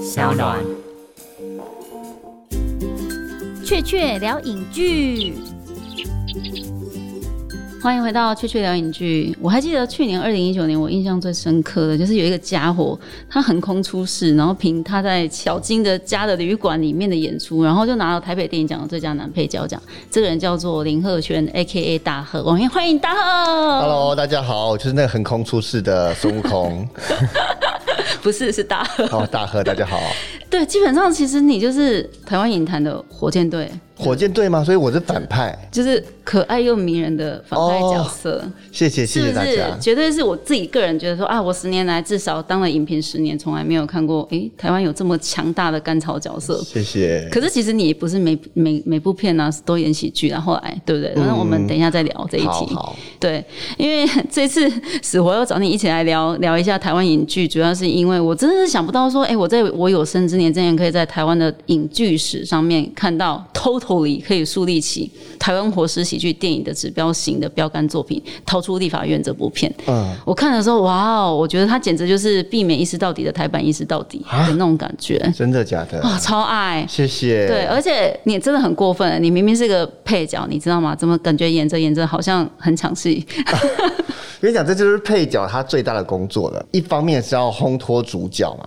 小暖。雀雀聊影剧，欢迎回到雀雀聊影剧。我还记得去年二零一九年，我印象最深刻的就是有一个家伙，他横空出世，然后凭他在小金的家的旅馆里面的演出，然后就拿到台北电影奖的最佳男配角奖。这个人叫做林鹤轩 （A K A 大贺），我们欢迎大贺。 Hello，大家好，我就是那个横空出世的孙 悟空。不是是大贺。哦，大贺，大家好。对，基本上其实你就是台湾影坛的火箭队，火箭队吗？所以我是反派。就是可爱又迷人的反派角色。谢谢，是谢不谢大是家？。绝对是我自己个人觉得说啊，我十年来至少当了影评十年，从来没有看过诶、台湾有这么强大的甘草角色。谢谢。可是其实你也不是每每每部片啊都演喜剧啊，后来对不对？那、我们等一下再聊这一嗯好题。好，对，因为 这次死活要找你一起来聊聊一下台湾影剧，主要是因为我真的是想不到说，哎、我在我有生之年竟然可以在台湾的影剧史上面看到 totally 可以树立起台湾活尸喜剧电影的指标型的标杆作品《逃出立法院》这部片。嗯，我看的时候，哇哦，我觉得它简直就是避免一视到底的台版一视到底的那种感觉真的假的？啊、超爱！谢谢。对，而且你真的很过分，你明明是个配角，你知道吗？怎么感觉演着演着好像很抢戏？我跟你讲，这就是配角他最大的工作了。一方面是要烘托主角 嘛，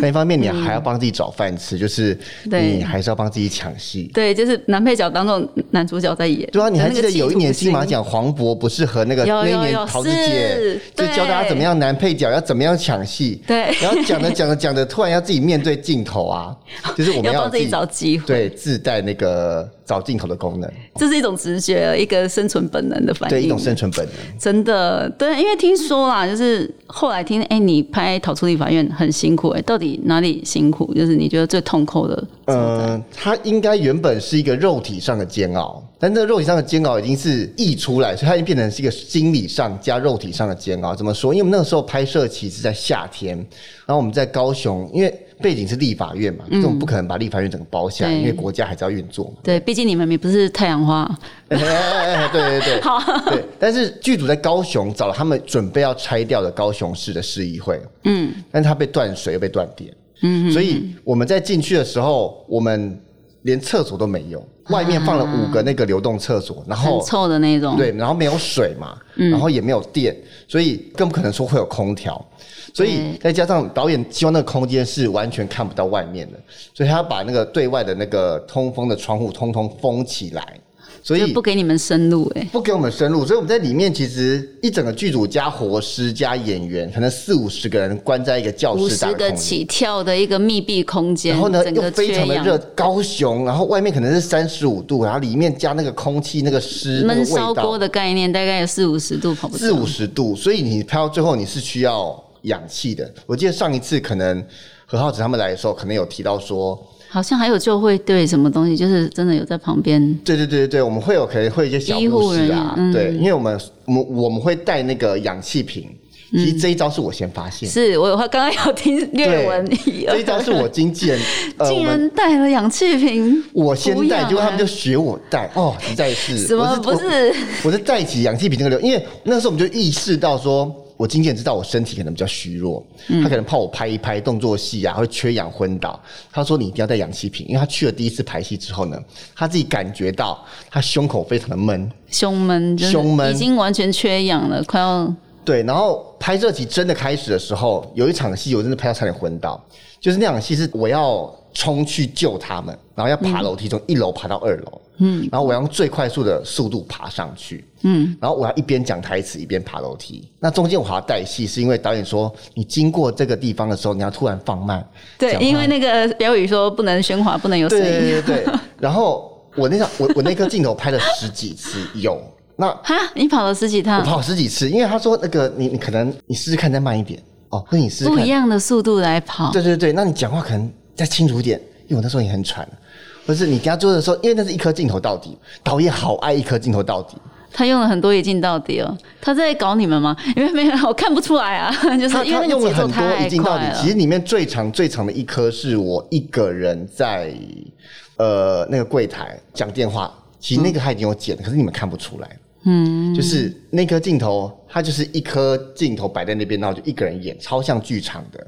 另一方面你还要帮自己找饭吃，就是嗯对你还是要帮自己抢戏。对，就是男配角当中男主角在演。对啊，你还记那得个有一年企金图马心？奖黄渤不是和那个有有那一有年桃子是姐就对教大家怎么样男配角要怎么样抢戏，对 然后讲着讲着讲着，突然要自己面对镜头啊， 就是我们要帮自自己找机会对，自带那个找镜头的功能，这是一种直觉，一个生存本能的反应。对，一种生存本能。真的对，因为听说啦，就是后来听，哎、你拍《逃出立法院》很辛苦、哎，到底哪里辛苦？就是你觉得最痛苦的？嗯，它应该原本是一个肉体上的煎熬，但这个肉体上的煎熬已经是溢出来，所以它已经变成是一个心理上加肉体上的煎熬。怎么说？因为我们那个时候拍摄其实在夏天，然后我们在高雄，因为背景是立法院嘛，这种不可能把立法院整个包下来，嗯对因为国家还是要运作嘛。 对，毕竟你们也不是太阳花，哎哎哎对对对， 好， 对，但是剧组在高雄找了他们准备要拆掉的高雄市的市议会，嗯，但是它被断水又被断电，嗯，所以我们在进去的时候，我们连厕所都没有，外面放了五个那个流动厕所，然啊很后臭嗯的那种。哦对，然后没有水嘛，然后也没有电，所以更不可能说会有空调，所以再加上导演希望那个空间是完全看不到外面的，所以他要把那个对外的那个通风的窗户通通封起来。所就以不给你们深入、哎，不给我们深入，所以我们在里面其实一整个剧组加活尸加演员，可能四五十个人关在一个教五室哦大十的个空间。起跳的一个密闭空间，然后呢，整又个非常缺的氧热，高雄，然后外面可能是三十五度，然后里面加那个空气那个湿那个焖烧锅味道，的概念大概有四五十度跑不四掉。五十度，所以你拍到最后你是需要氧气的。我记得上一次可能何浩子他们来的时候，可能有提到说，好像还有救会队什么东西，就是真的有在旁边。对对对对对，我们会有可能会有一些小医护护士人员啊，嗯对，因为我们我们我们会带那个氧气瓶，其嗯实这一招是我先发现的。是我刚刚有听略对，文，这一招是我经 纪人，呃，我竟们然带了氧气瓶，我先带，不要结果他们就啊学我带，哦，实在是什么我不是我我是带起氧气瓶这个流，因为那时候我们就意识到说。我经纪人知道我身体可能比较虚弱，嗯他可能怕我拍一拍动作戏啊，会缺氧昏倒。他说你一定要带氧气瓶，因为他去了第一次排戏之后呢，他自己感觉到他胸口非常的闷，胸闷，就是胸闷已经完全缺氧了，快要对，然后拍摄期真的开始的时候，有一场戏我真的拍到差点昏倒，就是那场戏是我要冲去救他们，然后要爬楼梯从一楼爬到二楼，嗯，然后我要用最快速的速度爬上去，嗯，然后我要一边讲台词一边爬楼梯。那中间我还要带戏，是因为导演说你经过这个地方的时候，你要突然放慢，对，讲话因为那个标语说不能喧哗，不能有声对音。 对对对对，然后我那场我我那颗镜头拍了十几次有。那哈，你跑了十几我趟，跑十几次，因为他说那个你你可能你试试看再慢一点哦，那你试试不看一样的速度来跑，对对对，那你讲话可能再清楚一点，因为我那时候也很喘。不是你跟他做的时候，因为那是一颗镜头到底，导演好爱一颗镜头到底。他用了很多一镜到底哦。他在搞你们吗？因为没有，我看不出来啊， 就是他因他为那用个了节奏很多太一镜到底快，其了。实里面最长最长的一颗是我一个人在呃那个柜台讲电话，其实那个他已经有剪了，可是你们看不出来。嗯，就是那颗镜头，它就是一颗镜头摆在那边，然后就一个人演，超像剧场的。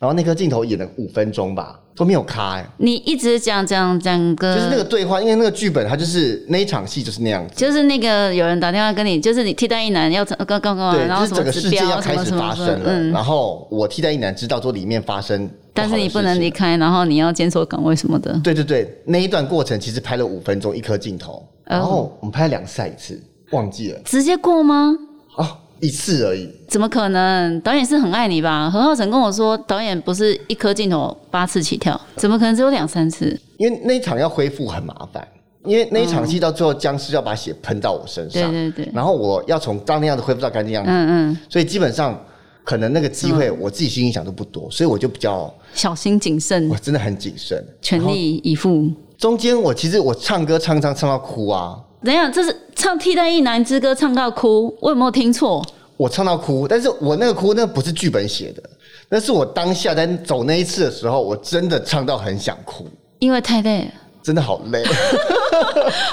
然后那颗镜头演了五分钟吧，都没有卡、欸，你一直讲讲讲个，就是那个对话，因为那个剧本它就是那一场戏就是那样子，就是那个有人打电话跟你，就是你替代一男要怎干干干，对，哦然就后是什么整个指事件标要开什么始什么发什生么，了，嗯，然后我替代一男知道说里面发生，但是你不能离离，开，然后你要坚守岗位什么的，对对对，那一段过程其实拍了五分钟一颗镜哦头，然后我们拍了两次还一次，忘记了直接过吗？啊，一次而已，怎么可能？导演是很爱你吧？何浩晨跟我说，导演不是一颗镜头八次起跳，怎么可能只有两三次？因为那一场要恢复很麻烦，因为那一场戏到最后僵尸要把血喷到我身上，对对对然后我要从当那样子恢复到干净样子，嗯嗯，所以基本上可能那个机会我自己心里想都不多，所以我就比较小心谨慎我，真的很谨慎。全力以赴。中间我其实我唱歌唱唱唱到哭啊，等一下，这是唱《替代役男之歌》唱到哭，我有没有听错？我唱到哭，但是我那个哭那不是剧本写的，那是我当下在走那一次的时候，我真的唱到很想哭，因为太累 了，真的好累。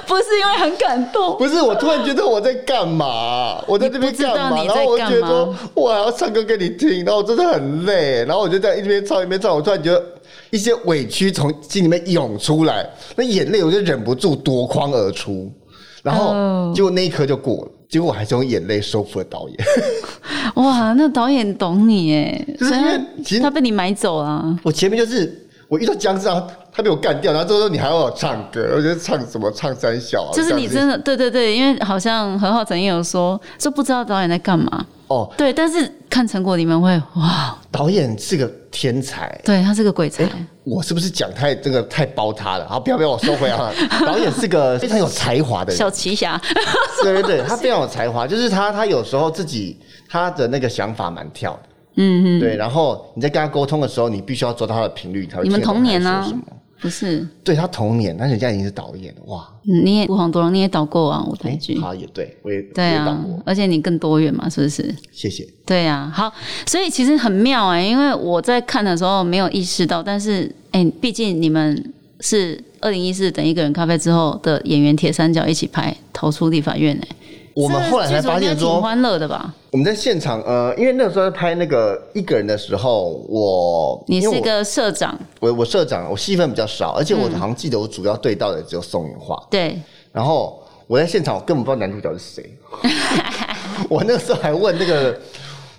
不是因为很感动。不是，我突然觉得我在干嘛、我在这边干嘛？你不知道你然在干嘛后我就觉得说，我还要唱歌给你听，然后我真的很累，然后我就这样一边唱一边唱，我突然觉得一些委屈从心里面涌出来，那眼泪我就忍不住夺眶而出，然后哦结果那一刻就过了，结果我还是用眼泪收服了导演。哇，那导演懂你哎，就是所以因为他其实他被你买走了。我前面就是我遇到僵尸啊，他被我干掉，然后之后说你还要我唱歌，我觉得唱什么唱三小、啊，就是你这真样子的对对对，因为好像何浩晨也有说，就不知道导演在干嘛。哦，对，但是看成果你们会哇，导演是个天才。对他是个鬼才。我是不是讲太这个太包他了？好，不要不要，我收回 啊。导演是个非常有才华的人，小奇 侠，对对对，他非常有才华，就是他他有时候自己他的那个想法蛮跳的，嗯嗯，对。然后你在跟他沟通的时候，你必须要抓到他的频率，你才会你们听得懂同年他在啊说什么不是，对他童年，但人家已经是导演了，哇！嗯你也不遑多让，你也导过啊，舞台哎剧，好也对，我也对我也导啊过，而且你更多元嘛，是不是？谢谢。对啊，好，所以其实很妙哎、因为我在看的时候没有意识到，但是哎，毕竟你们是二零一四等一个人咖啡之后的演员铁三角一起拍《逃出立法院》哎，我们后来才发现这个剧组应该挺说，欢乐的吧？我们在现场，呃，因为那个时候在拍那个一个人的时候，我你因为是我个嗯社长，我我社长，我戏份比较少，而且我好像记得我主要对到的只有宋元化，对，然后我在现场我根本不知道男主角 是谁，我那个时候还问那个，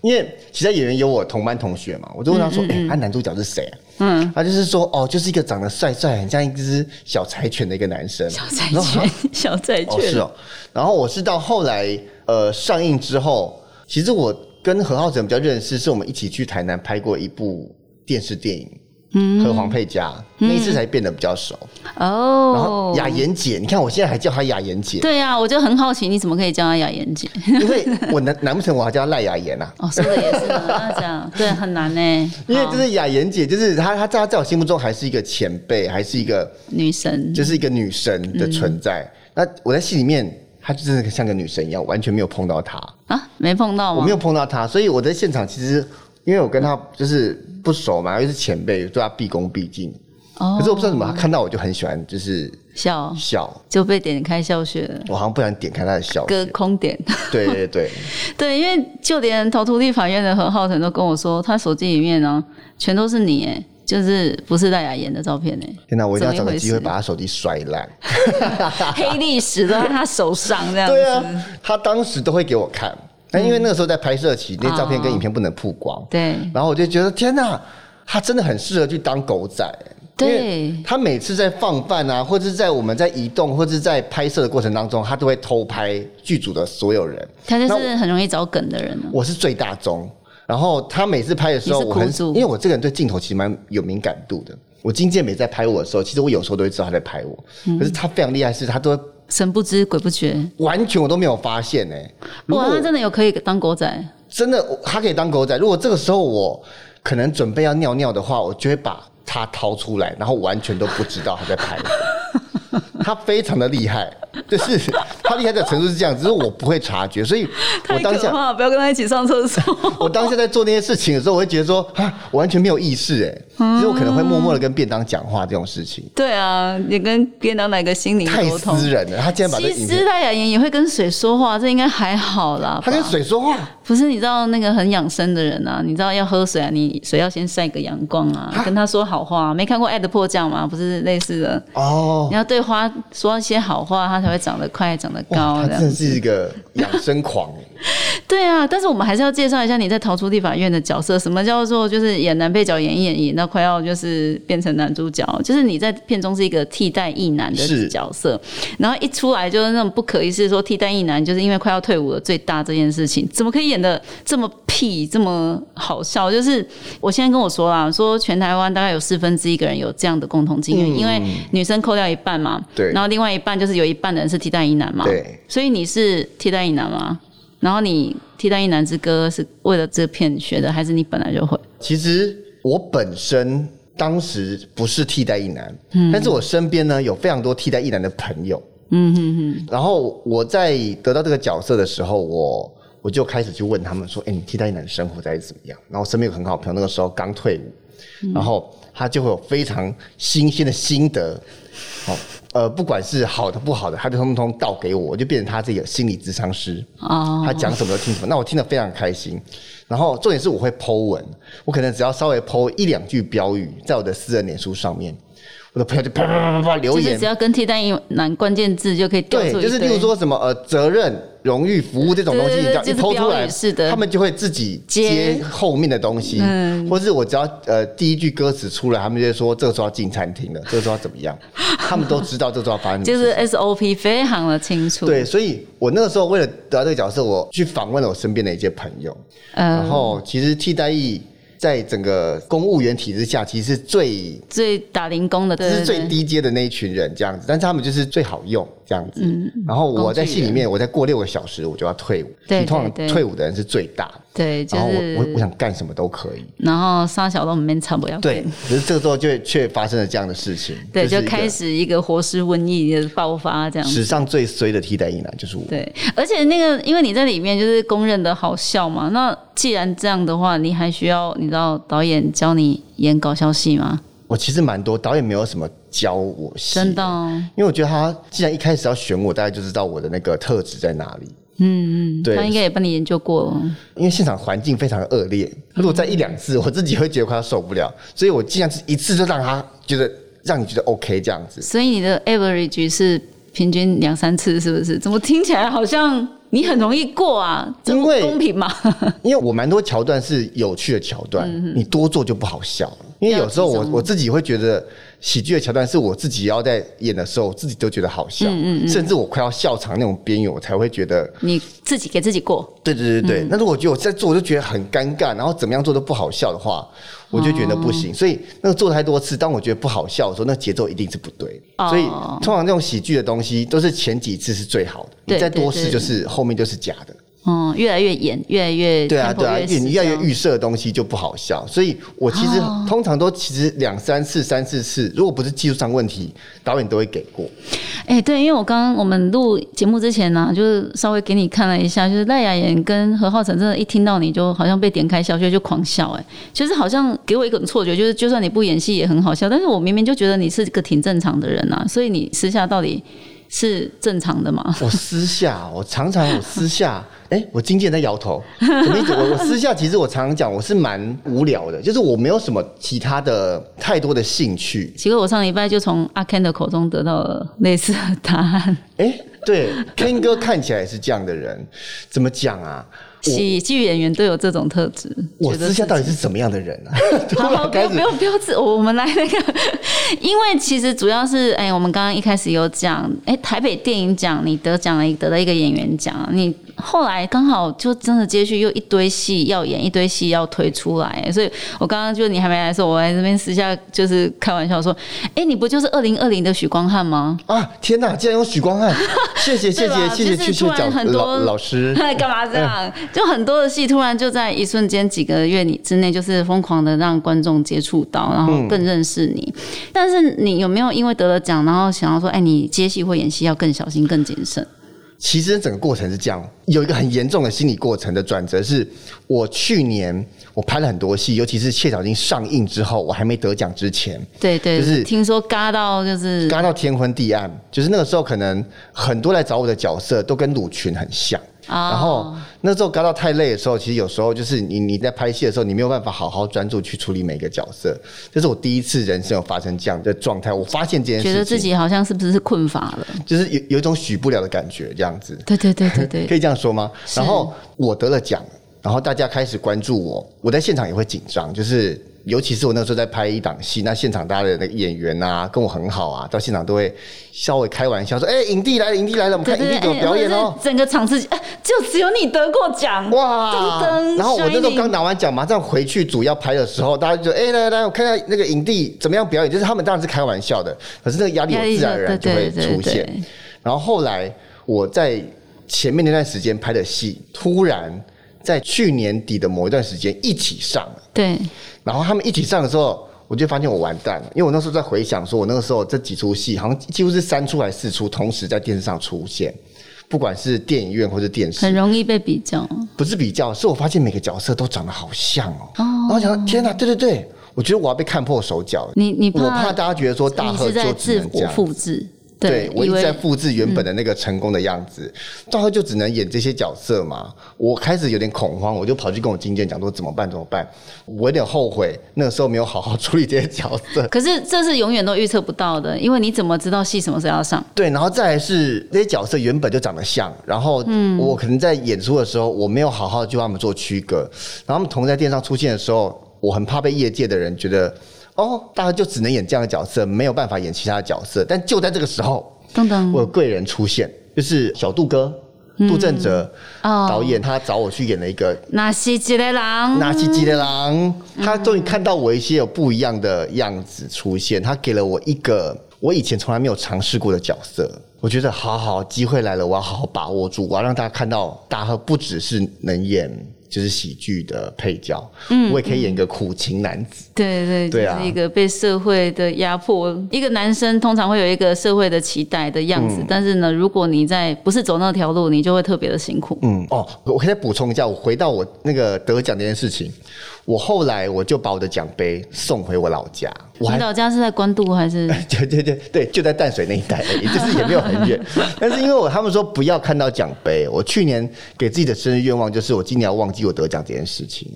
因为其他演员有我同班同学嘛，我就问他嗯说，哎、他男主角是谁啊？嗯，他就是说，哦，就是一个长得帅帅，很像一只小柴犬的一个男生，小债然后券， 小债哦，券，是哦。然后我是到后来呃上映之后，其实我跟何浩晨比较认识，是我们一起去台南拍过一部电视电影。嗯，和黄佩嘉、那一次才变得比较熟。哦，然后雅妍姐，你看我现在还叫她雅妍姐，对呀、我就很好奇，你怎么可以叫她雅妍姐？因为我难难不成我还叫她赖雅妍啊？哦，说的也是，那这样对很难呢、因为就好是雅妍姐，就是她，她在她在我心目中还是一个前辈，还是一个女神，就是一个女神的存在。那我在戏里面，她就真的像个女神一样，完全没有碰到她。啊，没碰到我吗没？有碰到他，所以我在现场其实因为我跟他就是不熟嘛，又是前辈，对他毕恭毕敬。哦可是我不知道怎么，他看到我就很喜欢，就是笑笑，就被点开笑穴了，我好像不想点开他的笑隔点。空点。 对对 对，对，因为就连逃出立法院的何浩晨都跟我说，他手机里面呢、全都是你哎、就是不是戴雅妍的照片 哎、天哪，我一定要怎找么个一回机会事把他手机摔烂。黑历史都在他手上这样子。对啊，他当时都会给我看，但因为那个时候在拍摄期，那照片跟影片不能曝光。对然后我就觉得天哪，他真的很适合去当狗仔。对因为他每次在放饭啊，或者是在我们在移动，或者是在拍摄的过程当中，他都会偷拍剧组的所有人。他就那是很容易找梗的人啊呢、我是最大宗，然后他每次拍的时候，你是我很苦主因为我这个人对镜头其实蛮有敏感度的。我金健美在拍我的时候，其实我有时候都会知道他在拍我，嗯可是他非常厉害，是他都会神不知鬼不觉。完全我都没有发现哎、如果哇，我他真的有可以当狗仔，真的，我他可以当狗仔。如果这个时候我可能准备要尿尿的话，我就会把它掏出来， 然后完全都不知道他在拍我。他非常的厉害，就是他厉害的程度是这样，只是我不会察觉，所以我太当可下怕了，不要跟他一起上厕所。 我当下在做那些事情的时候，我会觉得说啊，我完全没有意识哎，其实我可能会默默的跟便当讲话这种事情，对啊，你跟便当来个心灵太沟通。私人了。他竟然把这其影实片，戴雅妍也会跟水说话，这应该还好啦。他跟吧水说话，不是你知道那个很养生的人啊，你知道要喝水啊，你水要先晒个阳光啊，跟他说好话、没看过《爱的迫降》吗？不是类似的，哦你。要对花说一些好话，它才会长得快，长得哇，高这他真的样。是一个养 生狂，对啊，但是我们还是要介绍一下你在《逃出立法院》的角色，什么叫做就是演男配角，演一演一演到快要就是变成男主角，就是你在片中是一个替代役男是的角色，然后一出来就是那种不可一世，说替代役男就是因为快要退伍了最大这件事情，怎么可以演的这么屁，这么好笑？就是我现在跟我说啦，说全台湾大概有四分之一个人有这样的共同经验，嗯因为女生扣掉一半嘛，对然后另外一半就是有一半的人是替代役男嘛，对，所以你是替代役男吗？然后你替代役男之歌是为了这片学的，还是你本来就会？其实我本身当时不是替代一男，但是我身边呢有非常多替代一男的朋友，嗯嗯嗯。然后我在得到这个角色的时候，我我就开始去问他们说：“哎、你替代一男的生活在是怎么样？”然后我身边有个很好的朋友，那个时候刚退伍，然后他就会有非常新鲜的心得，哦。呃，不管是好的不好的，他就通通倒给我，我就变成他自己的心理咨商师。哦，他讲什么都听什么，那我听得非常开心。然后重点是我会 Po 文，我可能只要稍微 Po 一两句标语，在我的私人脸书上面，我的朋友就啪啪啪啪啪留就是言只，要跟替代役男关键字就可以调对出，一就是例堆如说什么呃责任、荣誉、服务这种东西，对你对只对要一就是 Po 出标来语式，的他们就会自己接接后面的东西，嗯或是我只要呃第一句歌词出来，他们就会说这个时候要进餐厅了，这个时候要怎 么样，他们都知道这个时候要发生什就么事是 SOP 非常的清楚。对，，所以我那个时候为了得到这个角色，我去访问了我身边的一些朋友，然呃，后其实替代役在整个公务员体制下，其实是最最打零工的，对这对是对最低阶的那一群人这样子，但是他们就是最好用这样子。嗯然后我在戏里面，我再过六个小时我就要退伍，对你通常对对退伍的人是最大，对，就然后是我我我想干什么都可以。然后沙小龙里面差不了。对，可是这个时候就却发生了这样的事情，对，是就一个开始一个活尸瘟疫的爆发这样子。史上最衰的替代役男就是我。对，而且那个，因为你在里面就是公认的好笑嘛。那既然这样的话，你还需要你知道导演教你演搞笑戏吗？我其实蛮多导演没有什么教我戏真的、哦，因为我觉得他既然一开始要选我，大概就知道我的那个特质在哪里。嗯嗯，对他，应该也帮你研究过了。因为现场环境非常恶劣，如果再一两次，我自己会觉得快要受不了，所以我尽量是一次就让他觉得让你觉得 OK 这样子。所以你的 average 是平均两三次，是不是？怎么听起来好像你很容易过啊？这因为公平嘛？因为我蛮多桥段是有趣的桥段，你多做就不好笑了。因为有时候要我集中我自己会觉得喜剧的桥段是我自己要在演的时候，我自己都觉得好笑，甚至我快要笑场那种边缘，我才会觉得 你自己给自己过，对对对嗯对，那如果觉得我在做，我就觉得很尴尬，然后怎么样做都不好笑的话，我就觉得不哦行。所以那个做太多次，当我觉得不好笑的时候，那节奏一定是不对。哦所以通常这种喜剧的东西，都是前几次是最好的，对你再多对试对就是后面就是假的。嗯，越来越演，越来越对啊 tempo 对啊，越你越来实这越样哦预设的东西就不好笑。所以我其实通常都其实两三次、三四次，如果不是技术上问题，导演都会给过。哎、对，因为我刚刚我们录节目之前呢、就是稍微给你看了一下，就是赖雅妍跟何浩晨真的，一听到你就好像被点开笑穴就狂笑、哎，就是好像给我一种错觉，就是就算你不演戏也很好笑，但是我明明就觉得你是个挺正常的人啊，所以你私下到底是正常的吗？我私下，我常常我私下，哎、我经纪人在摇头，什么意思？我我私下其实我常常讲，我是蛮无聊的，就是我没有什么其他的太多的兴趣。结果我上礼拜就从阿 Ken 的口中得到了类似的答案，哎、对，Ken 哥看起来是这样的人，怎么讲啊？喜剧演员都有这种特质。我觉得私下是到底是什么样的人啊？ 突好，然不要开不始要不要自，我我们来那个， 因为其实主要是，哎、我们刚刚一开始有讲，哎、台北电影奖你得奖了，你得到一个演员奖，你后来刚好就真的接续又一堆戏要演，一堆戏要推出来，所以我刚刚就你还没来的时候，我在这边私下就是开玩笑说，哎、你不就是二零二零的许光汉吗？啊！天哪，竟然有许光汉！谢谢谢 对谢吧谢谢就谢是谢突然讲很老多老 师干嘛这样？就很多的戏突然就在一瞬间几个月里之内，就是疯狂的让观众接触到，然后更认识你。但是你有没有因为得了奖，然后想要说，哎，你接戏或演戏要更小心、更谨慎？其实整个过程是这样，有一个很严重的心理过程的转折是，我去年我拍了很多戏，尤其是《谢小金》上映之后，我还没得奖之前，对对，就是听说嘎到就是嘎到天昏地暗，就是那个时候可能很多来找我的角色都跟鲁群很像。啊，然后那时候搞到太累的时候，其实有时候就是你你在拍戏的时候，你没有办法好好专注去处理每个角色。这是我第一次人生有发生这样的状态，我发现这件事情，觉得自己好像是不是困乏了？就是有有一种许不了的感觉，这样子对对对对对可以这样说吗？然后我得了奖，然后大家开始关注我，我在现场也会紧张，就是尤其是我那时候在拍一档戏，那现场大家的那个演员啊，跟我很好啊，到现场都会稍微开玩笑说：“哎、影帝来了，影帝来了，我们对看影对对，帝给我哎表演或哦。者是整个场次哎就只有你得过奖哇！噔噔然后我那时候 shining 刚拿完奖，马上回去组要拍的时候，大家就哎、来来来，我看看那个影帝怎么样表演，就是他们当然是开玩笑的，可是那个压力我压力自然就而然就会对对对出现对。然后后来我在前面那段时间拍的戏，突然在去年底的某一段时间一起上了，对，然后他们一起上的时候。我就发现我完蛋了，因为我那时候在回想，说我那个时候这几出戏好像几乎是三出还是四出同时在电视上出现，不管是电影院或是电视，很容易被比较。不是比较，是我发现每个角色都长得好像哦。然后想到，天哪，对对对，我觉得我要被看破手脚了。你你怕我怕大家觉得说大你贺是在就只自能这我样。复制，对，我一以直为在复制原本的那个成功的样子，到后就只能演这些角色嘛。我开始有点恐慌，我就跑去跟我经纪人讲说怎么办怎么办。我有点后悔那个时候没有好 好处理这些角色。可是这是永远都预测不到的，因为你怎么知道戏什么时候要上？对，然后再来是那些角色原本就长得像，然后我可能在演出的时候我没有好好去帮他们做区隔，然后他们同时在电视上出现的时候，我很怕被业界的人觉得哦，大家就只能演这样的角色，没有办法演其他的角色。但就在这个时候，等等我有贵人出现，就是小杜哥。杜振哲、哦导演，他找我去演了一个那是几个狼？纳西基的狼，他终于看到我一些有不一样的样子出现，他给了我一个我以前从来没有尝试过的角色。我觉得好好，机会来了，我要好好把握住，我要让大家看到大赫不只是能演就是喜剧的配角，嗯，我也可以演一个苦情男子。对对，对就啊是一个被社会的压迫。一个男生通常会有一个社会的期待的样嗯子，但是呢，如果你在不是走那条路，你就会特别的辛苦。嗯，哦，我可以再补充一下，我回到我那个得奖这件事情，我后来我就把我的奖杯送回我老家，嗯我还哎你老家是在关渡还是？ 对对对对，就在淡水那一带而已，就是也没有很远。 但是因为我他们说不要看到奖杯，我去年给自己的生日愿望就是我今年要忘记我得奖这件事情，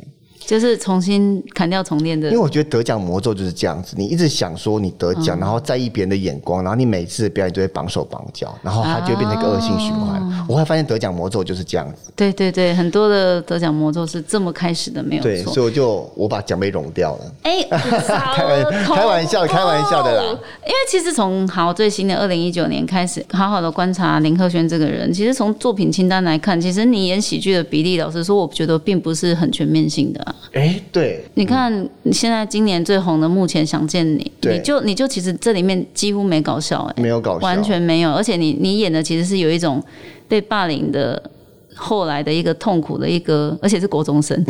就是重新砍掉重练的因为。我觉得得奖魔咒就是这样子，你一直想说你得嗯奖，然后在意别人的眼光，然后你每次的表演都会绑手绑脚，然后它就会变成一个恶性循环。啊我会发现得奖魔咒就是这样子，对对对，很多的得奖魔咒是这么开始的，没有对，错所。以我就我把奖杯融掉了。哎， 开玩开玩笑开玩笑的啦。因为其实从好最新的二零一九年开始，好好的观察林鹤轩这个人，其实从作品清单来看，其实你演喜剧的比例，老实说，我觉得并不是很全面性的啊、哎，对，你看你现在今年最红的《目前想见你》，对你就你就其实这里面几乎没搞笑、哎，没有搞笑，完 全没有，而且你你演的其实是有一种被霸凌的。后来的一个痛苦的一个，而且是国中生，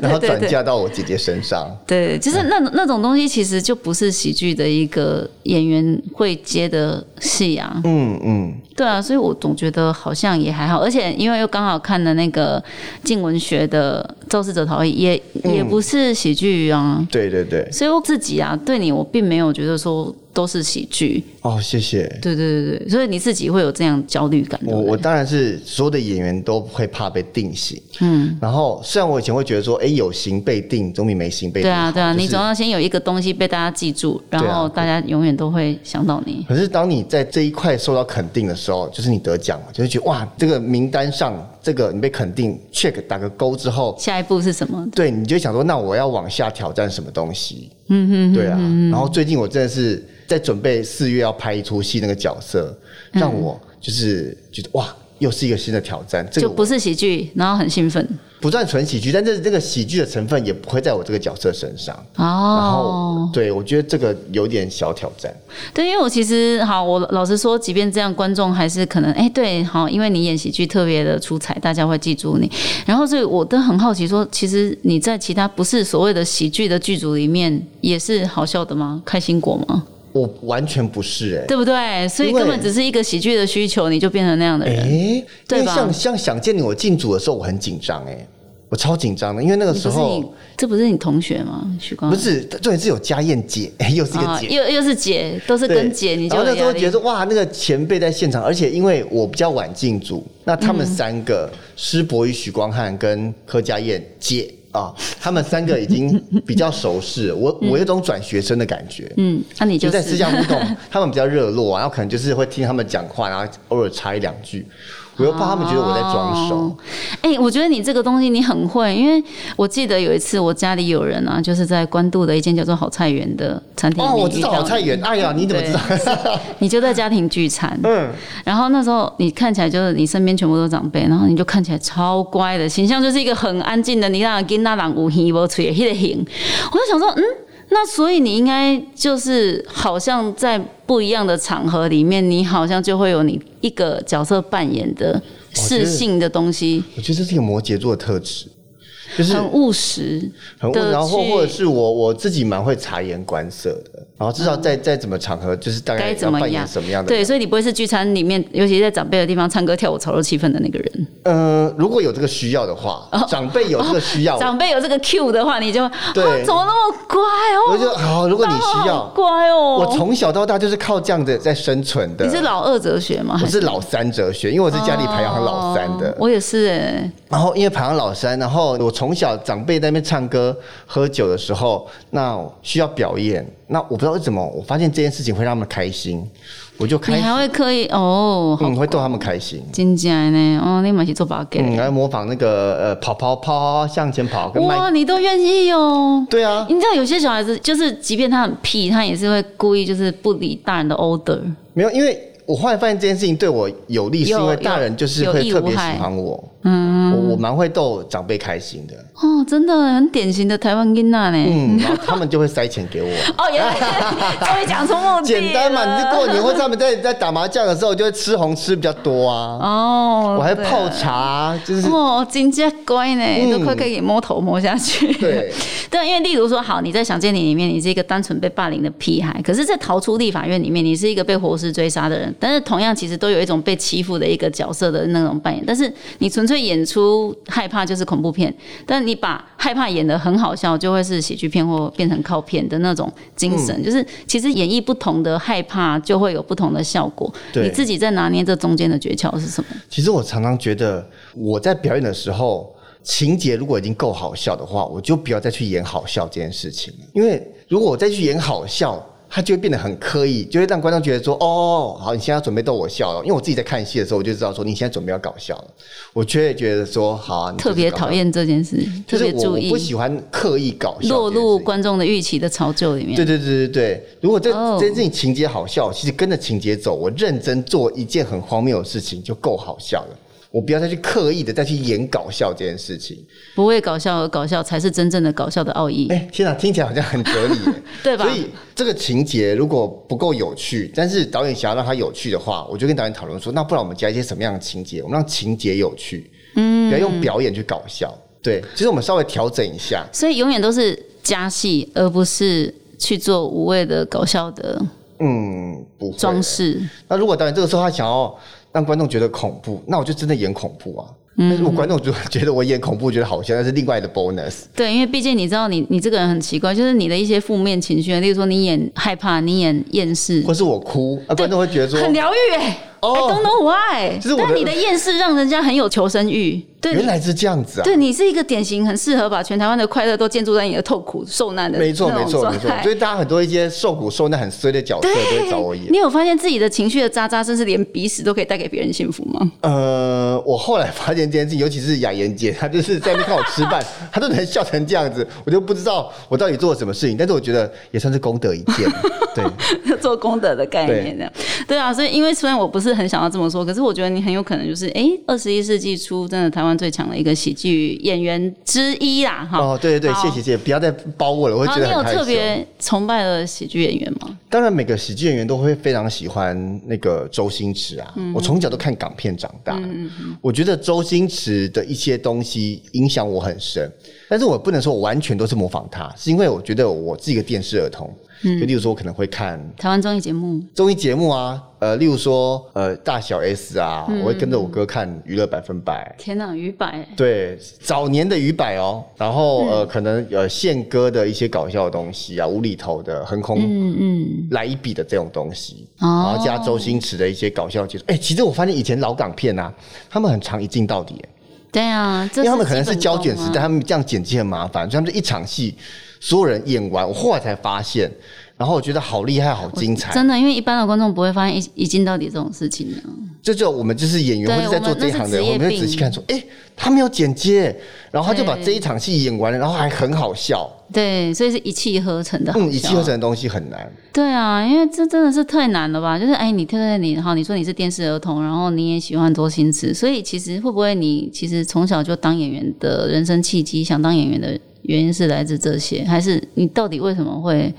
然后对对转对嫁到我姐姐身上。对，就是那那种东西，其实就不是喜剧的一个演员会接的戏啊。嗯嗯，对啊，所以我总觉得好像也还好，而且因为又刚好看了那个静文学的《肇事者逃逸》，也嗯也不是喜剧啊。对对对，所以我自己啊，对你我并没有觉得说都是喜剧。哦，谢谢。对对对对，所以你自己会有这样焦虑感。对我不对我当然是所有的演员都会怕被定型，嗯，然后虽然我以前会觉得说，哎、有形被定总比没形被定对好，啊对啊，就是你总要先有一个东西被大家记住，然对啊后大家永远都会想到你。可是当你在这一块受到肯定的时候，就是你得奖了，就会觉得哇，这个名单上这个你被肯定 check 打个勾之后，下一步是什么？对，你就想说，那我要往下挑战什么东西？嗯哼，对啊。然后最近我真的是在准备四月要拍一出戏，那个角色嗯让我就是觉得哇，又是一个新的挑战，这个就我不是喜剧，然后很兴奋。不算纯喜剧，但是这个喜剧的成分也不会在我这个角色身上。然后哦，，对我觉得这个有点小挑战。对，因为我其实好，我老实说，即便这样，观众还是可能哎，对，好，因为你演喜剧特别的出彩，大家会记住你。然后，所以我都很好奇说，其实你在其他不是所谓的喜剧的剧组里面，也是好笑的吗？开心果吗？我完全不是哎、对不对？所以因为根本只是一个喜剧的需求，你就变成那样的哎、人。因对为吧像像想见你我进组的时候，我很紧张哎，我超紧张的，因为那个你时不是候你，嗯这不是你同学吗？许光不是重点是有家燕姐， 哎又是一个啊，姐。又又是姐，都是对跟姐，你就然有后那时压候觉力。得哇，那个前辈在现场，而且因为我比较晚进组，那他嗯们三个施博宇、许光汉跟柯佳燕姐啊，他们三个已经比较熟识，我我有种转学生的感觉。嗯，那、你就就是在私下互动，他们比较热络，啊然后可能就是会听他们讲话，然后偶尔插一两句。我又怕他们觉得我在装哦熟，哎、我觉得你这个东西你很会，因为我记得有一次我家里有人啊，就是在关渡的一间叫做好菜园的餐厅里哦，面我知道遇到好菜你，园，哎呀，你怎么知道？ 你就在家庭聚餐，嗯，然后那时候你看起来就是你身边全部都是长辈，然后你就看起来超乖的形象，就是一个很安静的，你让跟那朗无黑无吹黑的型。我就想说，嗯，那所以你应该就是好像在不一样的场合里面，你好像就会有你一个角色扮演的觉得适性的东西，我觉得这是一个摩羯座的特质，就是很务实。很的问，然后去或者是我我自己蛮会察言观色的，然后知道在在怎么场合，就是大概嗯该要怎么扮演样？什么样的。对，，所以你不会是聚餐里面，尤其在长辈的地方唱歌跳舞炒热气氛的那个人。呃，如果有这个需要的话，长辈有这个需要，哦长辈有这个 Q 的话，你就啊，怎哦对么那么乖我哦？就好。如果你需好要，乖哦。我从小到大就是靠这样的在生存的。你是老二哲学吗？我还是老三哲学，因为我是家里排行老三的哦。我也是哎，然后因为排行老三，然后我从小长辈在那边唱歌、喝酒的时候，那需要表演，那我不知道为什么，我发现这件事情会让他们开心，我就你开始还会刻意哦，好嗯会逗他们开心。真假呢？哦，你嘛是做八给嗯，来模仿那个呃跑跑跑向前跑跟迈哇，，你都愿意哦。对啊，你知道有些小孩子就是，即便他很屁，他也是会故意就是不理大人的 order。没有，因为我后来发现这件事情对我有利，是有因为大人就是有有会益特别无喜害欢我，嗯，我我蛮会逗长辈开心的，哦，真的很典型的台湾囡仔呢。嗯，然后他们就会塞钱 给我。哦，原来终于讲出目的， 简单嘛，你就过。年或者他们在在打麻将的时候，就会吃红吃比较多啊。哦，我还对泡茶啊，就是哦，真正乖呢，嗯都快可以摸头摸下去。对，对，因为例如说，好，你在《想见你》里面，你是一个单纯被霸凌的屁孩；可是，在《逃出立法院》里面，你是一个被活尸追杀的人。但是，同样其实都有一种被欺负的一个角色的那种扮演。但是，你纯粹演出害怕就是恐怖片，但你把害怕演得很好笑，就会是喜剧片或变成靠片的那种精神。就是其实演绎不同的害怕，就会有不同的效果。对你自己在拿捏这中间的诀窍是什么？其实我常常觉得我在表演的时候，情节如果已经够好笑的话，我就不要再去演好笑这件事情了。因为如果我再去演好笑，它就会变得很刻意，就会让观众觉得说：“哦，好，你现在要准备逗我笑了。”因为我自己在看戏的时候，我就知道说你现在准备要搞笑了，我就会觉得说：“好啊，你就是特别搞笑嗯讨。厌这件事，”就特别是我注我意不。喜欢刻意搞笑，落入。观众的预期的潮臼里面。对对对对对，如果这、哦这件事情情节好笑，其实跟着情节走，我认真做一件很荒谬的事情就够好笑了。我不要再去刻意的再去演搞笑这件事情。不为搞笑而搞笑，才是真正的搞笑的奥义。，哎、天哪，听起来好像很哲理耶 对吧所以这个情节如果不够有趣，但是导演想要让它有趣的话，我就跟导演讨论说，那不然我们加一些什么样的情节，我们让情节有趣，嗯，不要用表演去搞笑。对，其实我们稍微调整一下，所以永远都是加戏，而不是去做无谓的搞笑的嗯，不会装饰。那如果导演这个时候他想要让观众觉得恐怖，那我就真的演恐怖啊。嗯但如果观众觉得觉得我演恐怖觉得好笑，那是另外的 bonus。对，因为毕竟你知道你，你这个人很奇怪，就是你的一些负面情绪，例如说你演害怕，你演厌世或，是我哭，那观众会觉得说，很疗愈哎。哦 I don't know why，就是我的但你的厌世让人家很有求生欲。对，原来是这样子啊。对你是一个典型很适合把全台湾的快乐都建筑在你的痛苦受难的没错，那没种错，状没错态。所以大家很多一些受苦受难很衰的角色都会找我演你。有发现自己的情绪的渣渣，甚至连鼻屎都可以带给别人幸福吗？ 呃，我后来发现这件事情，尤其是雅妍姐，她就是在那边看我吃饭， 她都能笑成这样子，我就不知道我到底做了什么事情，但是我觉得也算是功德一件。对，做功德的概念这样，对啊，所以因为虽然我不是很想要这么说，可是我觉得你很有可能就是，哎，二十一世纪初真的台湾最强的一个喜剧演员之一啦，哈。哦，对对对， 好谢谢。谢谢，不要再包我了，我会然后觉得你很有害羞。特别崇拜的喜剧演员吗？当然，每个喜剧演员都会非常喜欢那个周星驰啊。我从小都看港片长大，我觉得周星驰的一些东西影响我很深。但是我不能说我完全都是模仿他，是因为我觉得我是一个电视儿童，就例如说我可能会看台湾综艺节目，综艺节目啊，呃，例如说呃大小 S 啊，我会跟着我哥看娱乐百分百。天哪，鱼百对，早年的鱼百哦，然后、呃，可能呃，宪哥的一些搞笑的东西啊，无厘头的、横空嗯嗯，来一笔的这种东西，哦然后加周星驰的一些搞笑技术。哎、其实我发现以前老港片啊，他们很常一镜到底、哎对啊，这因为他们可能基是本胶功卷时代，啊，他们这样剪辑很麻烦，所以他们就一场戏所有人演完，我后来才发现，然后我觉得好厉害，好精彩。真的，因为一般的观众不会发现一一镜到底这种事情的。这就我们就是演员对或者在做这一行的人，我我们那是们职业会仔细看说，哎、他没有剪接，然后他就把对这一场戏演完了，然后还很好笑。对，所以是一气呵成的。嗯，一气呵成。的东西很难。对啊，因为这真的是太难了吧？就是哎，你对对你好，你说你是电视儿童，然后你也喜欢周星驰，所以其实会不会你其实从小就当演员的人生契机，想当演员的原因是来自这些，还是你到底为什么会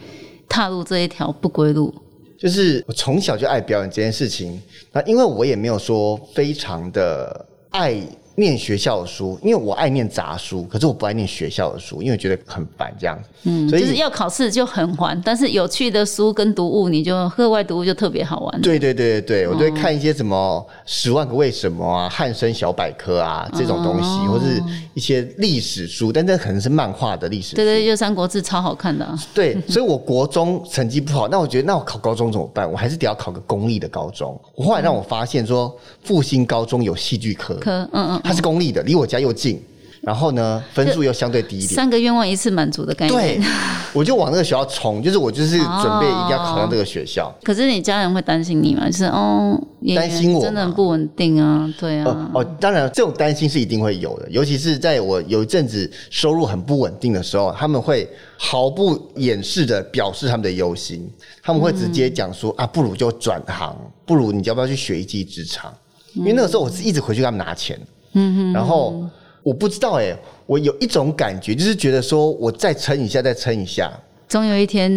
踏入这一条不归路？就是我从小就爱表演这件事情，那因为我也没有说非常的爱念学校的书，因为我爱念杂书，可是我不爱念学校的书，因为我觉得很烦这样子。嗯，所以就是要考试就很烦，但是有趣的书跟读物，你就课外读物就特别好玩。对对对对对，我都会哦看一些什么《十万个为什么》啊、《汉生小百科啊》这种东西，哦或是一些历史书，但这可能是漫画的历史书。对对，就《三国志》超好看的啊、 对，所以我国中成绩不好，那我觉得那我考高中怎么办？我还是得要考个公立的高中。我后来让我发现说，复兴高中有戏剧科，可嗯嗯，它是公立的，离我家又近，然后呢分数又相对低一点。三个愿望一次满足的概念。对，我就往那个学校冲，就是我就是准备一定要考上这个学校。可是你家人会担心你吗？就是哦，演员担心我吗真的很不稳定啊，对呃啊，哦，当然，这种担心是一定会有的，尤其是在我有一阵子收入很不稳定的时候，他们会毫不掩饰的表示他们的忧心，他们会直接讲说、啊，不如就转行，不如你要不要去学一技之长？因为那个时候我是一直回去给他们拿钱，嗯然后我不知道哎、我有一种感觉，就是觉得说我再撑一下，再撑一下，总有一天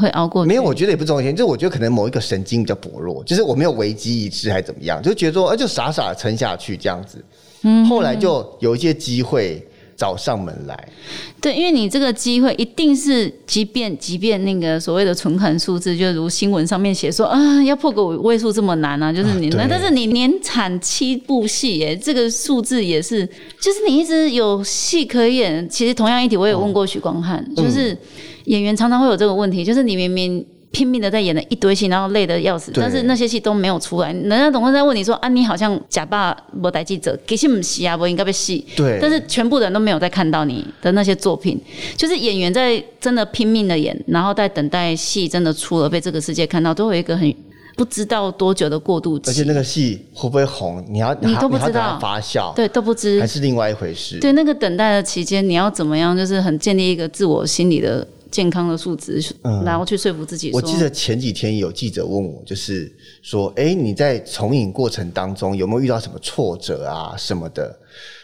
会熬过去。没有，我觉得也不重要，就是我觉得可能某一个神经比较薄弱，就是我没有危机意识还怎么样，就觉得说，啊，就傻傻地撑下去这样子。嗯，后来就有一些机会找上门来，对，因为你这个机会一定是，即便即便那个所谓的存款数字，就如新闻上面写说啊，要破个五位数这么难啊，就是你啊那、对但是你年产七部戏耶，这个数字也是，就是你一直有戏可演。其实同样一题，我也问过许光汉，嗯就是演员常常会有这个问题，就是你明明。拼命的在演了一堆戏，然后累得要死，对但是那些戏都没有出来。人家总会在问你说：“啊，你好像假扮我逮记者，其实不是啊，我应该被戏。”对但是全部的人都没有在看到你的那些作品，就是演员在真的拼命的演，然后在等待戏真的出了被这个世界看到，都会有一个很不知道多久的过渡而且期，那个戏会不会红，你要你都不还要知道等它发酵，对，都不还知是另外一回事。对那个等待的期间，你要怎么样，就是很建立一个自我心理的健康的素质，然后去说服自己说，嗯我记得前几天有记者问我，就是说，哎、你在从影过程当中有没有遇到什么挫折啊什么的？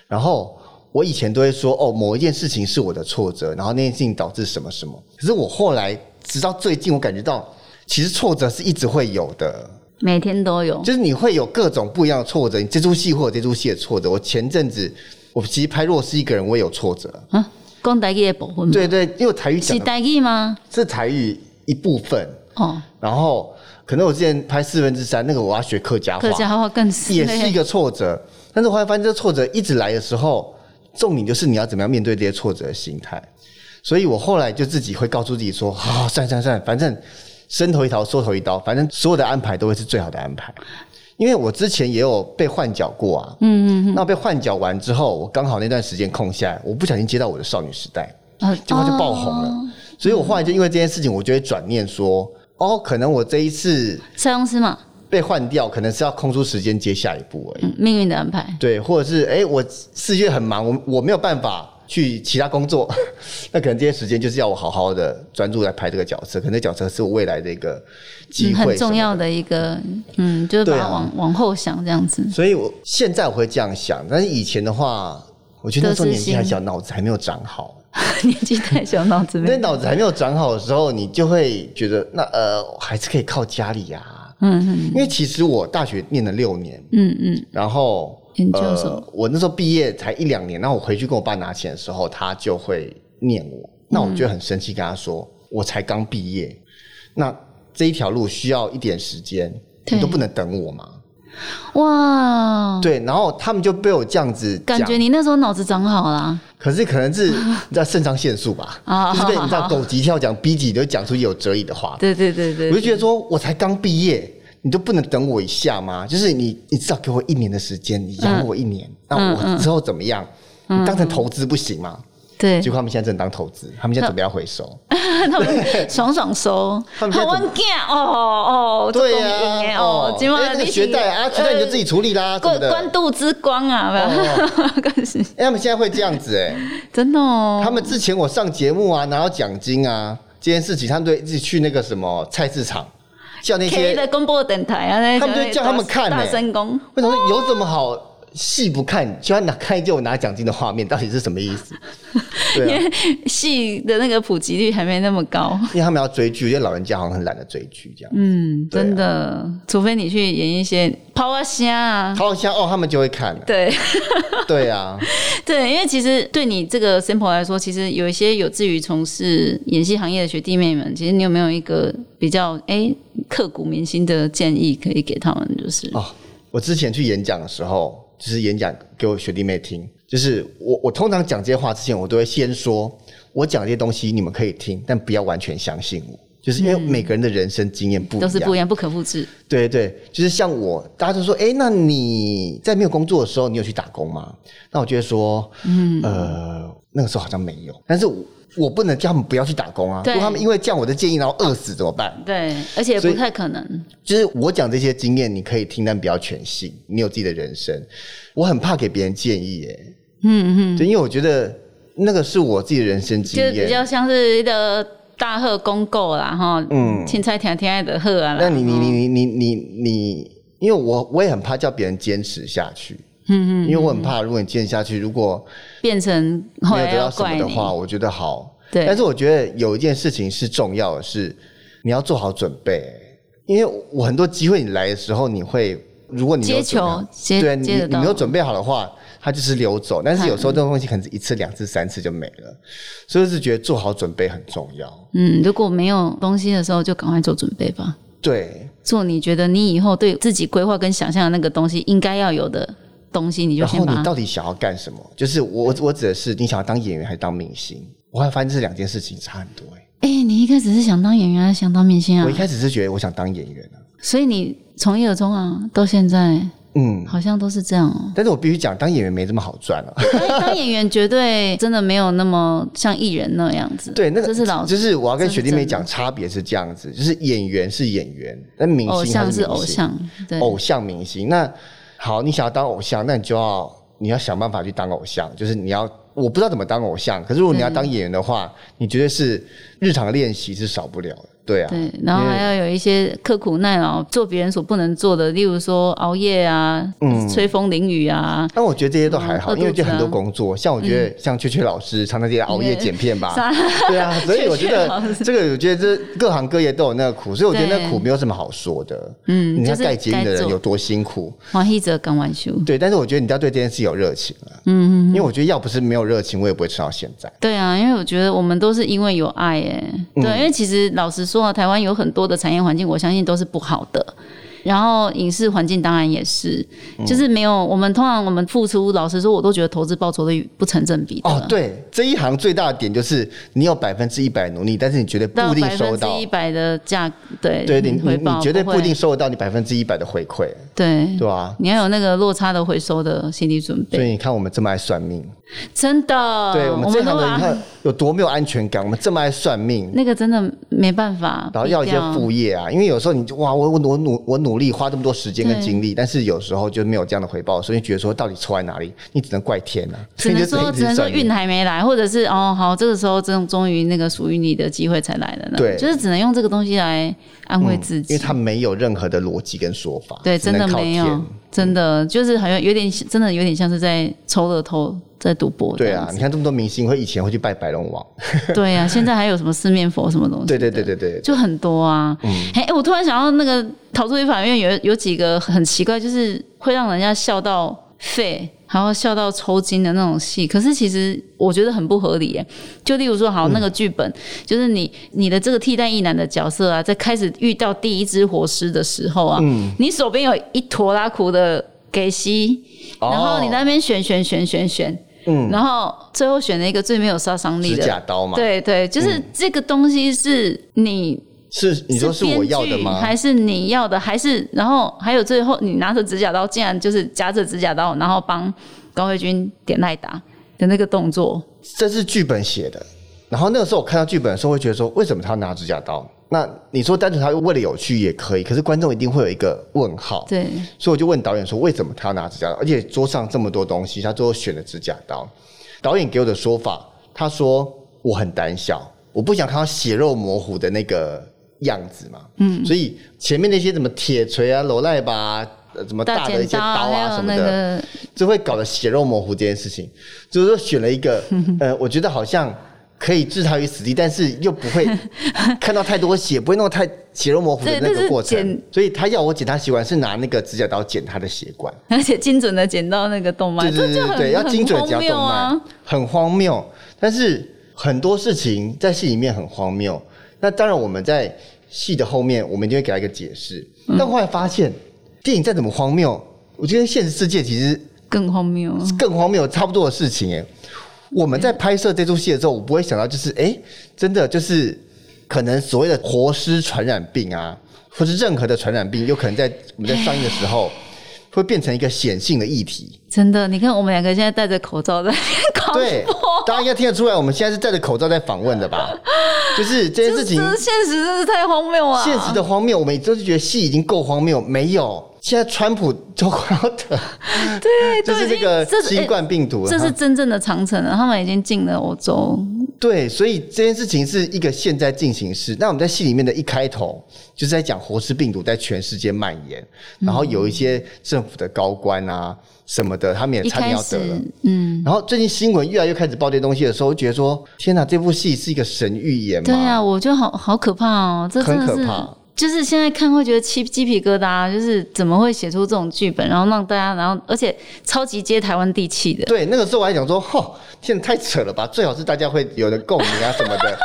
然后我以前都会说，哦，某一件事情是我的挫折，然后那件事情导致什么什么。可是我后来直到最近，我感觉到其实挫折是一直会有的。每天都有，就是你会有各种不一样的挫折，你这出戏会有这出戏的挫折。我前阵子，我其实拍《弱势一个人》，我也有挫折。啊，光台语的部分，，对对，因为我台语讲是的台语吗？是台语一部分，哦，然后可能我之前拍四分之三那个我要学客家话，客家话更是也是一个挫 折。但是我后来发现，这挫折一直来的时候，重点就是你要怎么样面对这些挫折的心态。所以我后来就自己会告诉自己说：“啊、算算算，反正伸头一刀，缩头一刀，反正所有的安排都会是最好的安排。”因为我之前也有被换角过啊，嗯嗯嗯，那被换角完之后，我刚好那段时间空下来，我不小心接到我的少女时代，啊，结果就爆红了。哦所以我后来就因为这件事情，我就会转念说，哦，可能我这一次塞翁失马，被换掉，可能是要空出时间接下一步而已。嗯，命运的安排。对，或者是哎、我四月很忙，我我没有办法去其他工作， 那可能这些时间就是要我好好的专注来拍这个角色，可能这角色是我未来的一个机嗯，会、很重要。的一个，嗯，就是把对它啊往、往后想这样子。 所以我现在我会这样想，但是以前的话，我觉得那时候得失年纪还心小，脑子还没有长好。年纪太小，脑子没那有。脑子还没有长好的时候，你就会觉得那呃还是可以靠家里呀、啊嗯嗯因为其实我大学念了六年，嗯嗯，然后研究什么？呃，我那时候毕业才一两年，然后我回去跟我爸拿钱的时候，他就会念我，那我就嗯很生气，跟他说、我才刚毕业，那这一条路需要一点时间，对你都不能等我吗？嗯哇，对，然后他们就被我这样子感觉讲，你那时候脑子长好啦。可是可能是你知道肾上腺素吧，啊就是被你好知好道狗急跳墙、逼急，你就讲出有哲理的话。对对对对我就觉得说，我才刚毕业，你都不能等我一下吗？就是你，你至少给我一年的时间，你养我一嗯年，那我之后怎么样？你当成投资不行嗯吗？对 结，果他们现在正当投资，他们现在准备要回 收。啊他们 爽爽收，他们好现在玩怎么囝哦哦，对呀、呀、啊，哦，今晚哎那个学贷啊，学贷你就自己处理啦，什么呃关的。关渡之光啊， 关系、哎，他们现在会这样子哎、真的哦，他们之前我上节目啊，拿到奖金啊，这件事情，他们对自己去那个什么菜市场，叫那 K 些的公播等台啊，他们就叫他们看大欸声公，为什么有什么好戏不看，就要拿看一见我拿奖金的画面，到底是什么 意思？对啊，戏的那个普及率还没那么高。因为他们要追剧，因为老人家好像很懒得追剧这样。嗯，对啊真的，除非你去演一些抛啊虾啊，他好像哦，他们就会看 了、对对啊，对，因为其实对你这个 sample 来说，其实有一些有志于从事演戏行业的学弟妹们，其实你有没有一个比较哎、刻骨铭心的建议可以给他们？就是、哦，我之前去演讲的时候，就是演讲给我学弟妹听，就是我我通常讲这些话之前，我都会先说，我讲这些东西你们可以听，但不要完全相信我。就是因为每个人的人生经验不一样，嗯都是不一样，不可复制。对对，就是像我，大家就说，哎，那你在没有工作的时候，你有去打工吗？那我就会说，嗯，呃，那个时候好像没有，但是我我不能叫他们不要去打工啊，对如果他们因为这样我的建议然后饿死怎么办？对，而且所不以太可能。就是我讲这些经验，你可以听，但不要全信，你有自己的人生。我很怕给别人建议、耶，嗯嗯，对，因为我觉得那个是我自己的人生经就是验，比较像是一个大贺公告啦，哈，嗯，青菜甜甜的贺啊啦， 那你你你你你你你，因为我我也很怕叫别人坚持下去，嗯嗯，因为我很怕如果你坚持下去，如果变成后没有来得哦要到什怪么你的，话，我觉得好。对但是我觉得有一件事情是重要的是，你要做好准备，因为我很多机会你来的时候，你会如果你没有接准备好球接对你接得你没有到，嗯准备好的话，它就是溜走。但是有时候这种东西可能是一次、两次、三次就没了，所以我是觉得做好准备很重要。嗯，如果没有东西的时候，就赶快做准备吧，对，做你觉得你以后对自己规划跟想象的那个东西应该要有的东西，你就然后先把你它到底想要干什么？就是我我我指的是你想要当演员还是当明星？我还发现这两件事情差很多、欸。哎、你一开始是想当演员还是想当明星啊我一？开始是觉得我想当演员啊，所以你从一而终啊，到现在嗯，好像都是这样 哦、但是我必须讲，当演员没这么好赚啊。 当当演员绝对真的没有那么像艺人那样子，对，那个这是老就是我要跟这是学弟真的妹讲，差别是这样子，就是演员是演员，那明星偶还像是是明偶星，像，对，偶像明星。那好，你想要当偶像，那你就要你要想办法去当偶像，就是你要我不知道怎么当偶像，可是如果你要当演员的话，你绝对是日常练习是少不了的，对啊，对，然后还要有一些刻苦耐劳，做别人所不能做的，例如说熬夜啊，嗯吹风淋雨啊，但我觉得这些都还嗯好，饿因为就肚子啊嗯很多工作，像我觉得像雀雀老师常常也熬夜剪片 吧，啥对啊，所以我 觉雀雀老得师这个，我觉得这各行各业都有那个苦，所以我觉得那对苦没有什么好说的。嗯你看就是盖捷运的该人做有多辛苦，黄奕哲刚完休，对，但是我觉得你要对这件事有热情啊，嗯因为我觉得要不是没有热情，我也不会撑到现在。对啊，因为我觉得我们都是因为有爱哎、嗯对，因为其实老实说啊，台湾有很多的产业环境，我相信都是不好的。然后影视环境当然也是，嗯就是没有我们通常我们付出，老实说，我都觉得投资报酬率不成正比的。哦，对，这一行最大的点就是你有百分之一百努力，但是你绝对不到一定百收分之到一，百的价，对对你你回报你绝对不不会嗯一定收得到你百分之一百的回馈，对对吧？你要有那个落差的回收的心理准所以备，你看，我们这么爱算命，真的。对我们这行哦都的人，你把看有多没有安全感。我们这么爱算命，那个真的没办法，然后要一比些较副业啊，因为有时候你就哇，我我我努我努力花这么多时间跟对精力，但是有时候就没有这样的回报，所以你觉得说到底错在哪里？你只能怪天啊，只所以能你就说一直只能说算命运还没来，或者是哦好，这个时候终终于那个属于你的机会才来了呢。对嗯就是只能用这个东西来安慰自因己。为它没有任何的逻辑跟说法，对，只真的能靠嗯没有天，真的就是好像有点，真的有点像是在抽乐透，在赌博这对样啊，子。 你看这么多明星会以前会去拜白龙王，对啊，现在还有什么四面佛什么东西？对对对对对，嗯就很多啊。哎、我突然想到那个《逃出去法院有》有几个很奇怪，就是会让人家笑到废，然后笑到抽筋的那种戏。可是其实我觉得很不合理耶。就例如说，嗯好那个剧本，就是你你的这个替代役男的角色啊，在开始遇到第一只活尸的时候啊，嗯你手边有一坨拉苦的给息，哦然后你在那边选选选选选，嗯然后最后选了一个最没有杀伤力指甲的。刀嘛，，嗯对对，就是这个东西是你是你说是我要的编剧吗？还是你要的？还是然后还有最后你拿着指甲刀，竟然就是夹着指甲刀，然后帮高慧君点赖打的那个动作，这是剧本写的。然后那个时候我看到剧本的时候，会觉得说，为什么他要拿指甲刀？那你说单纯他为了有趣也可以，可是观众一定会有一个问号。对，所以我就问导演说，为什么他要拿指甲刀？而且桌上这么多东西，他最后选了指甲刀。导演给我的说法，他说我很胆小，我不想看到血肉模糊的那个样子嘛。嗯，所以前面那些什么铁锤啊、楼赖吧、呃什么大的剪一些刀刀还啊有什么那的，个就会搞得血肉模糊这件事情，就是说选了一 个，呃，我觉得好像可以置他于死地，但是又不 会看到太多血，不会弄得太血肉模糊的对那但个是过程剪。所以他要我剪他血管，是拿那个指甲刀剪他的血管，而且精准的剪到那个动脉，对对这对就很对，要精准很夹荒动谬脉啊。，很荒谬。但是很多事情在戏里面很荒谬，那当然我们在戏的后面，我们就会给他一个解释。嗯但后来发现，电影再怎么荒谬，我觉得现实世界其实更荒谬啊，更荒谬差不多的事情哎。我们在拍摄这出戏的时候，我不会想到就是哎、诶真的就是可能所谓的活尸传染病啊，或是任何的传染病，有可能在我们在上映的时候哎会变成一个显性的议题。真的！你看我们两个现在戴着口罩在 狂对播，，大家应该听得出来，我们现在是戴着口罩在访问的 吧？就是这件这这事情，现实真是太荒谬啊！现实的荒谬，我们就是觉得戏已经够荒谬，没有。现在川普都快要得，哎对，就都是已经这个这是新冠病毒了，这是真正的长城了，他们已经进了欧洲，对，所以这件事情是一个现在进行式。那我们在戏里面的一开头就是在讲活尸病毒在全世界蔓延，嗯然后有一些政府的高官啊什么的，他们也一差点开要始得了。，嗯，然后最近新闻越来越开始报这些东西的时候，我觉得说天哪，这部戏是一个神预言对吗？啊，我就好好可怕哦，这真的很可是怕，就是现在看会觉得鸡鸡皮疙瘩，啊就是怎么会写出这种剧本，然后让大家，然后而且超级接台湾地气的，对，那个时候我还想说，吼，天哪，太扯了吧！最好是大家会有的共鸣 啊什么的，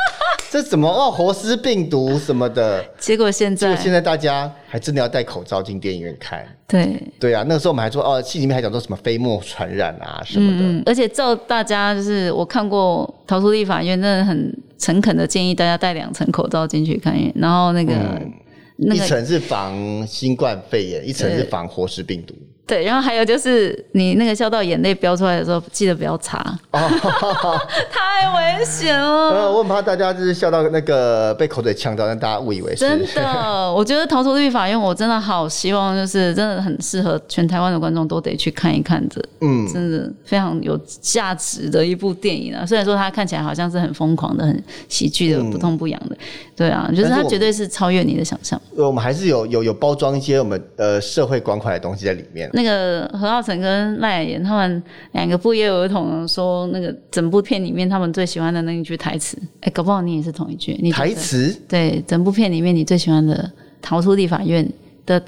这怎么哦，活尸病毒什么的。结果现结在果现在大家还真的要戴口罩进电影院看。对。对啊，那个时候我们还说哦，戏里面还讲说什么飞沫传染啊什么的。嗯，而且照大家就是我看过逃出立法院，真的很诚恳的建议大家戴两层口罩进去看，然后那个、嗯那一个层是防新冠肺炎，一层是防活尸病毒。对，然后还有就是你那个笑到眼泪飙出来的时候，记得不要 擦，太危险了。呃，我很怕大家就是笑到那个被口水呛到，让大家误以为是。真 的，我觉得《逃脱律法院》，我真的好希望，就是真的很适合全台湾的观众都得去看一看这，嗯，真的非常有价值的一部电影啊。虽然说它看起来好像是很疯狂的、很喜剧的、不痛不痒的，对啊，就是嗯但是它我绝对是超越你的想象。我们还是有有有包装一些我们呃社会关怀的东西在里面。那个何浩晨跟赖雅妍他们两个不约而同地说，那个整部片里面他们最喜欢的那一句台词，哎、搞不好你也是同一句，你觉得台词对，整部片里面你最喜欢的《逃出立法院》的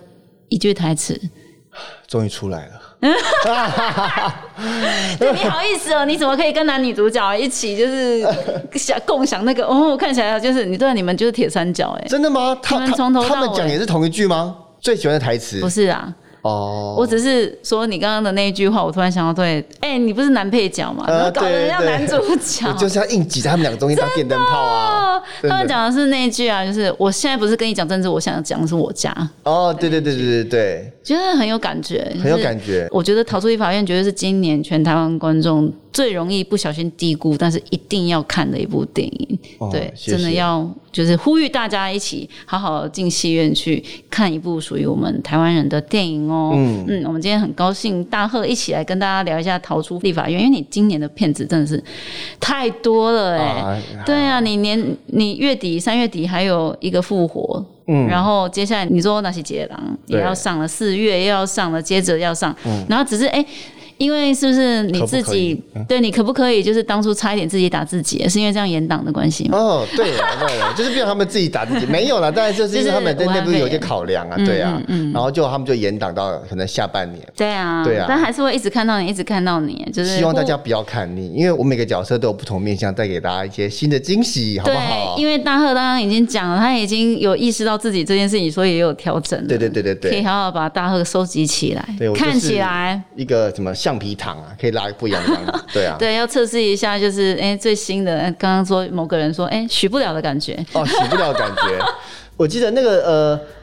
一句台词，终于出来了。对你好意思哦？你怎么可以跟男女主角一起 就是享共享那个？哦，看起来就是你对你们就是铁三角哎，真的吗？他你他们从头到他们讲尾也是同一句吗？最喜欢的台词不是啊？哦，我只是说你刚刚的那一句话，我突然想到，对，哎，你不是男配角嘛，呃然后搞得对像对男主角我。 就是要硬挤在他们两个中间当电灯泡啊哦！真他的们讲的是那一句啊，就是我现在不是跟你讲政治，我想讲的是我家，哦，对对对对对对，觉得很有感觉，很就有是感觉。我觉得《逃出立法院》绝对是今年全台湾观众最容易不小心低估，但是一定要看的一部电影。哦对，谢谢真的要就是呼吁大家一起好好进戏院去看一部属于我们台湾人的电影哦。嗯我们今天很高兴大贺一起来跟大家聊一下《逃出立法院》，因为你今年的片子真的是太多了哎、啊对啊，你年你月底三月底还有一个复活，嗯，然后接下来你说那些杰郎也对嗯要上了，四月又要上了，接着要上，然后只是哎。因为是不是你可不自可嗯己对你可不可以就是当初差一点自己打自己，是因为这样严党的关系吗？哦，对了，对了， 就是不让他们自己打自己，没有啦，当然就是因为他们在内部有一些考量啊，就是对武啊汉，肺炎然后就他们就延档到可能下半年。对啊，对啊但还是会一直看到你，一直看到你，就是希望大家不要看腻，因为我每个角色都有不同面向，带给大家一些新的惊喜，好不好对，？因为大贺刚刚已经讲了，他已经有意识到自己这件事情，所以也有调整了。对对对对可以对，好好把大贺收集起来，对我就是看起来。一个什么橡皮糖啊，可以拉不一样 的样子，对啊。对，要测试一下，就是哎、最新的，哎刚刚说某个人说，哎、许不了的感觉，哦，洗不了的感觉。 我记得那个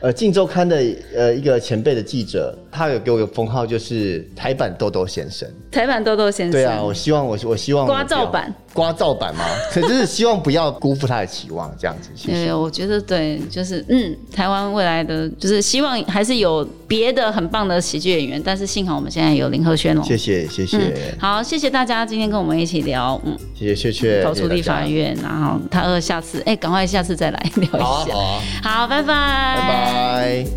呃呃《镜周刊》的呃一个前辈的记者，他有给我个封号，就是台版豆豆先生。台版豆豆先生，对啊，我希望我我希望刮我不要照版，刮照版 嘛，可就是希望不要辜负他的期望，这样子。谢谢。对，我觉得对，就是嗯，台湾未来的就是希望还是有别的很棒的喜剧演员，但是幸好我们现在有林鹤轩龙。谢谢谢谢、嗯，好，谢谢大家今天跟我们一起聊，嗯，谢谢雀雀，投出立谢谢大法家院，然后他二下次，哎、赶快下次再来聊一好啊下。好啊，好，拜拜，拜拜。